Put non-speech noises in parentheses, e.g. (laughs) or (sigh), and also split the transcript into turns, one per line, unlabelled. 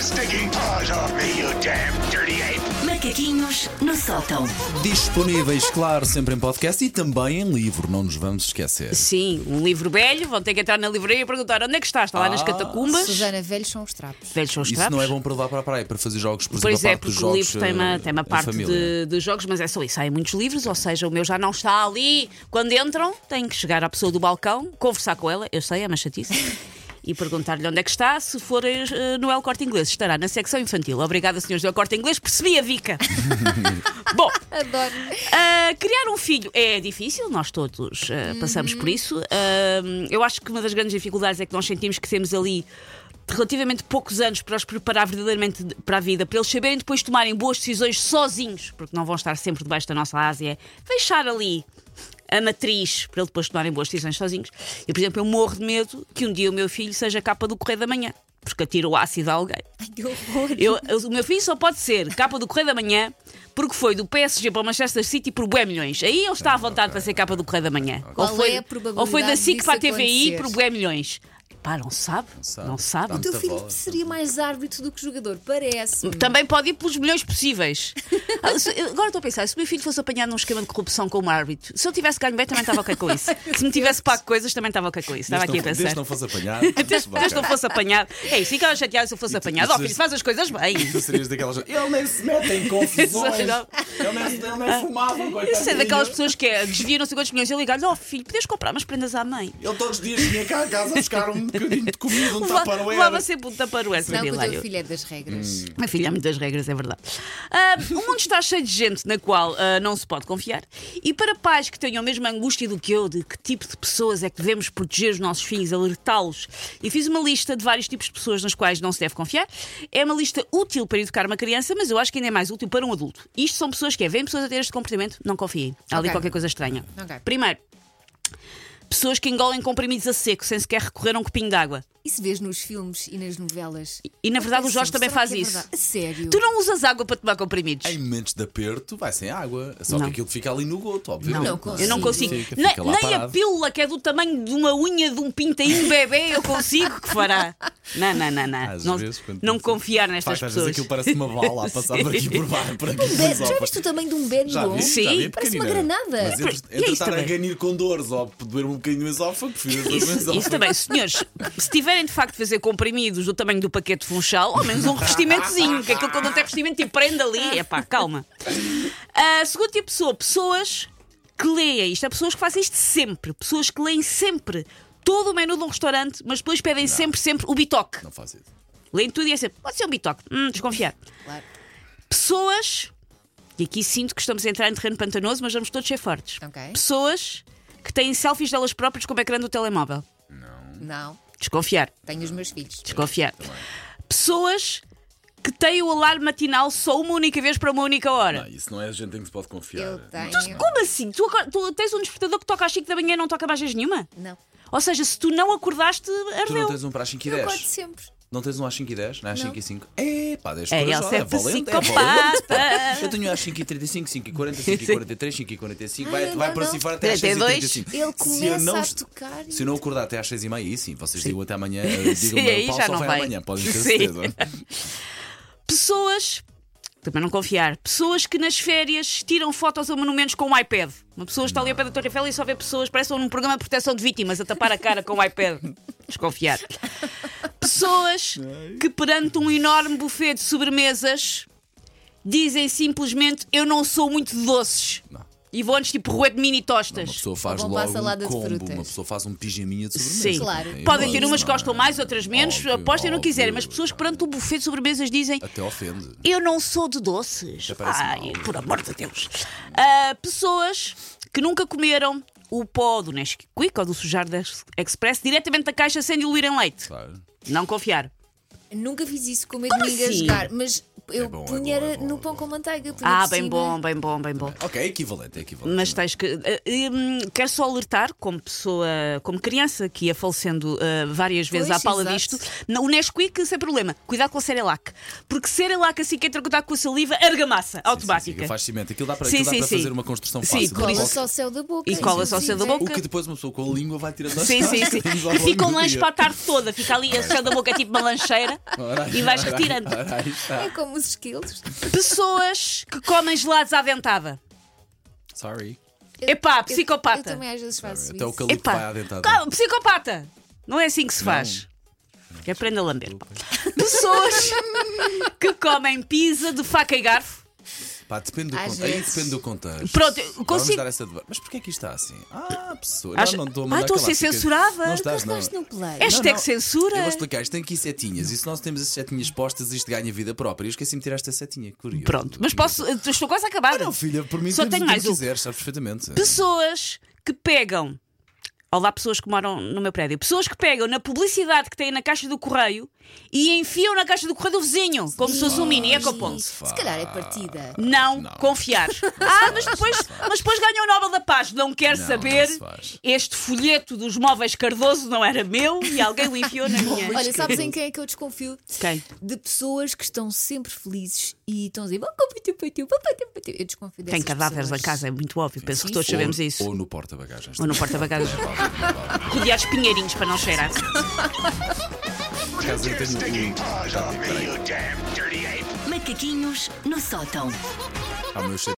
stinking paws off me, you damn dirty ape!
Macaquinhos no sótão.
Disponíveis, claro, sempre em podcast e também em livro, não nos vamos esquecer.
Sim, um livro velho, vão ter que entrar na livraria e perguntar onde é que está? Está lá nas catacumbas?
Susana, velhos são os trapos.
Velhos são os
Ah, Isso
trapos?
não é bom para levar para a praia, para fazer jogos, por
Pois
exemplo, a
é,
parte dos
porque o
jogos.
livro tem uma,
eh,
tem uma
em
parte
família.
de, de jogos, mas é só isso. Há muitos livros, ou seja, o meu já não está ali. Quando entram, tem que chegar à pessoa do balcão, conversar com ela, eu sei, é
(laughs)
uma chatice, e perguntar-lhe onde é que está. Se for eh, no El Corte Inglês, estará na secção infantil. Obrigada, senhores do El Corte Inglês, percebi
(laughs)
a dica. Bom,
Adoro.
ah, criar um filho é difícil, nós todos ah, passamos por isso. Ah, eu acho que uma das grandes dificuldades é que nós sentimos que temos ali relativamente poucos anos para os preparar verdadeiramente de- para a vida, para eles saberem depois tomarem boas decisões sozinhos, porque não vão estar sempre debaixo da nossa ásia. Deixar ali a matriz para eles depois tomarem boas decisões sozinhos. E, por exemplo, eu morro de medo que um dia o meu filho seja capa do Correio da Manhã, porque atira o ácido a alguém.
Ai, que horror.
Eu- eu- o meu filho só pode ser capa do Correio da Manhã porque foi do PSG para o Manchester City por bué milhões. Aí ele está à vontade para ser capa do Correio da Manhã.
Qual
ou, foi,
é a probabilidade
ou foi da SIC
disso
para a TVI
acontecer?
por bué milhões. Pá, não sabe? Não
sabe.
sabe.
Tá
O teu
Muita
filho
bola.
seria mais árbitro do que jogador, parece.
Também pode ir pelos milhões possíveis. Ah, se- eu- Agora estou a pensar, se o meu filho fosse apanhado num esquema de corrupção como árbitro, se eu tivesse ganho bem, também estava ok com isso. Se me tivesse pago coisas, também estava ok com isso. Estava
Desde
aqui a
não- Desde
pensar.
não fosse
(laughs)
apanhado. tudo bem.
Desde não fosse apanhado. É isso, ficava chateado se eu fosse
E tu- e
apanhado.
tu
Ó, filho,
seres-
faz as coisas bem.
Tu serias daquelas. Ele nem se mete em confusões.
(laughs) Isso, não.
ele, nem, ele nem fumava.
Isso é
coitadinho.
daquelas pessoas que é, desviam não sei quantos milhões e ligam-lhe, oh filho, podes comprar umas prendas à mãe.
Ele todos os dias vinha cá a casa buscar um bocadinho de comida, um
Leva-
taparoeiro.
Levava sempre um taparoeiro para
Não, que o teu
Hilário.
filho é das
Hum.
regras.
Minha filha há muitas regras, é verdade. Ah, o mundo está cheio de gente na qual ah, não se pode confiar. E para pais que tenham a mesma angústia do que eu, de que tipo de pessoas é que devemos proteger os nossos filhos, alertá-los, e fiz uma lista de vários tipos de pessoas nas quais não se deve confiar. É uma lista útil para educar uma criança, mas eu acho que ainda é mais útil para um adulto. Isto são pessoas que é, vêm pessoas a ter este comportamento, não confiem. Há ali
Ok.
qualquer coisa estranha.
Ok.
Primeiro, pessoas que engolem comprimidos a seco sem sequer recorrer a um copinho de água.
Isso vês nos filmes e nas novelas.
E na verdade o
Pensamos,
Jorge também
será
faz
que é
isso.
verdade? A sério.
Tu não usas água para tomar comprimidos.
Em momentos de aperto, vai sem água. Só
Não.
que aquilo fica ali no goto, obviamente.
Não,
é?
consigo.
Eu não consigo.
Fica,
Ne-
fica lá
nem a
parado.
pílula que é do tamanho de uma unha de um pintainho bebê eu consigo que fará. Não, não, não, não.
Às
Ah, não
vezes, quando
não
pensa-
confiar
De facto,
nestas
às vezes
pessoas.
aquilo parece uma bala a passar por aqui por baixo. Por aqui,
Be-
pelas
Já
obras.
viste o tamanho de um Ben
Já
Bom?
vi, já vi,
Parece
pequenina.
uma granada.
Mas entre,
E é
entre
isso
estar a
também.
ganir com dores ou beber um bocadinho de esófago, prefiro beber um
Isso,
esófago.
isso também, senhores, se tiverem de facto de fazer comprimidos do tamanho do paquete funchal, ao menos um revestimentozinho, que aquilo quando não tem revestimento e prende ali, é pá, calma. A segundo tipo de pessoa, pessoas que leem isto, há pessoas que fazem isto sempre, pessoas que leem sempre todo o menu de um restaurante, mas depois pedem sempre, sempre o bitoque.
Não faz isso.
Leem tudo e é sempre, pode ser um bitoque, hum, desconfiar.
Claro.
pessoas, e aqui sinto que estamos a entrar em terreno pantanoso, mas vamos todos ser fortes.
Ok.
Pessoas que têm selfies delas próprias como ecrã do telemóvel.
Não,
Desconfiar,
tenho os meus filhos.
desconfiar. Pessoas que têm o alarme matinal só uma única vez para uma única hora.
Não, isso não é a gente em que se pode confiar.
Eu
Mas
tenho.
Como assim? Tu, aco- tu tens um despertador que toca às 5 da manhã e não toca mais às nenhuma?
Não.
Ou seja, se tu não acordaste,
Tu não
ardeu.
tens um para as 5 e
Eu acordo
10?
sempre.
Não tens um às 5 e 10? Não é às
Não.
5 e 5? É, pá, 10
É,
por
ele
hora. É
serve
valente, é valente.
psicopata.
Eu tenho um às 5 e 35, 5 e 40, 5 e 43, 5 e 45. Vai,
eu
vai
não,
para
não.
si fora até às 6 e
32.
35.
Ele
se eu
começa
não,
a tocar. e-
se eu não acordar até às 6 e meia, aí sim, vocês digam até
(laughs)
amanhã. eh,
Sim,
Digam-me,
aí
o Paulo
já
só
não
vai
vai.
amanhã, podem ter
Sim.
certeza.
(laughs) Pessoas, também não confiar, pessoas que nas férias tiram fotos a monumentos com um iPad. Uma pessoa está ali ao pé da Torre Eiffel e só vê pessoas, parece um programa de proteção de vítimas, a tapar a cara com
(laughs)
o iPad. Desconfiar. Pessoas que perante um enorme buffet de sobremesas dizem simplesmente eu não sou muito de doces.
Não.
E vão antes tipo roer de mini tostas.
Uma pessoa faz
Ou vão para a
logo
salada
um
de
combo,
frutas.
uma pessoa faz um pijaminha de sobremesa.
Sim,
Claro.
Tem
podem
logo,
ter umas que
não é?
gostam mais, outras menos,
Óbvio,
apostem no que
óbvio.
quiserem, mas pessoas que perante o buffet de sobremesas dizem
Até ofende.
Eu não sou de doces.
Já parece
Ai,
mal.
por amor de Deus. Ah, pessoas que nunca comeram o pó do Nesquik ou do sujar da Express diretamente da caixa sem diluir em leite.
Claro.
Não confiar.
Nunca fiz isso com medo de me
assim?
engasgar, mas Eu
É bom, é
punha
bom, é bom,
no
é
pão com manteiga. punha
Ah,
por
bem
cima.
bom, bem bom, bem bom.
Ok, é equivalente, é equivalente.
Mas tens que. eh, hum, quero só alertar, como pessoa, como criança que ia falecendo eh, várias vezes
Pois,
à pala
exato.
disto, na- o Nesquik sem problema. Cuidado com a Cerelac. Porque Cerelac, assim que entra em contato com a saliva, argamassa,
Sim, sim,
automática.
faz cimento. Aquilo dá para,
Sim,
aquilo dá
sim,
para
sim.
fazer uma construção
Sim,
fácil.
por
Não
Cola
isso-
pode-
só o céu da boca. é
E cola só o céu da
inclusive.
O
boca.
que depois uma pessoa com a língua vai tirando
Sim, sim, sim. E fica um lanche para a tarde toda, fica ali a céu da boca, é tipo uma lancheira, e vais retirando.
É como
(laughs)
os esquilos.
Pessoas que comem gelados à dentada.
Sorry.
Epá,
Eu- Eu
psicopata.
também às vezes faço
Até o
isso.
calico vai à
Epá,
dentada.
calma, psicopata! Não é assim que se faz. Que Aprenda a lamber. Pessoas que comem pizza de faca e garfo.
Pá, depende do
Às
contexto. Aí
vezes.
depende do contexto.
Pronto, eu
Agora vamos
consigo-
dar essa de- Mas porquê é que isto está assim? Ah, pessoa.
Acho-
Não, não estou a
Ah,
mandar
estou a ser
calar, fica-
censurada.
Não estás, não.
Carregaste no play.
És- Hashtag
Não, não.
censura.
Eu vou explicar, isto tem aqui setinhas e se nós temos as setinhas postas, isto ganha vida própria. Eu esqueci-me de tirar esta setinha, curioso.
Pronto, mas posso. Estou quase a acabar.
Ah, não, filha, por mim
Só
temos
tenho
o que
mais um.
quiseres, sabes perfeitamente.
Pessoas que pegam. Olá, pessoas que moram no meu prédio. Pessoas que pegam na publicidade que têm na caixa do correio e enfiam na caixa do correio do vizinho, como se fosse um mini ecopom.
Se calhar é partida.
Não,
Não.
confiar. ah, mas
(laughs)
depois, mas depois ganham o Nobel da Paz. Não quer
Não,
saber.
não se faz.
este folheto dos móveis Cardoso não era meu e alguém o enfiou na minha.
Olha, sabes em quem é que eu desconfio?
Quem?
De pessoas que estão sempre felizes e estão a dizer "Vamos comer teu peitinho, vamos comer teu peitinho." Eu desconfio dessas
Tem cadáveres
pessoas.
em casa, é muito óbvio. Penso que todos
Ou-
sabemos isso.
Ou no porta-bagagens.
Ou no porta-bagagens. Rodear os pinheirinhos para não cheirar.
Take your stinking paws off me, you damn dirty ape!
Macaquinhos no sótão.
(laughs) Há o meu cheiro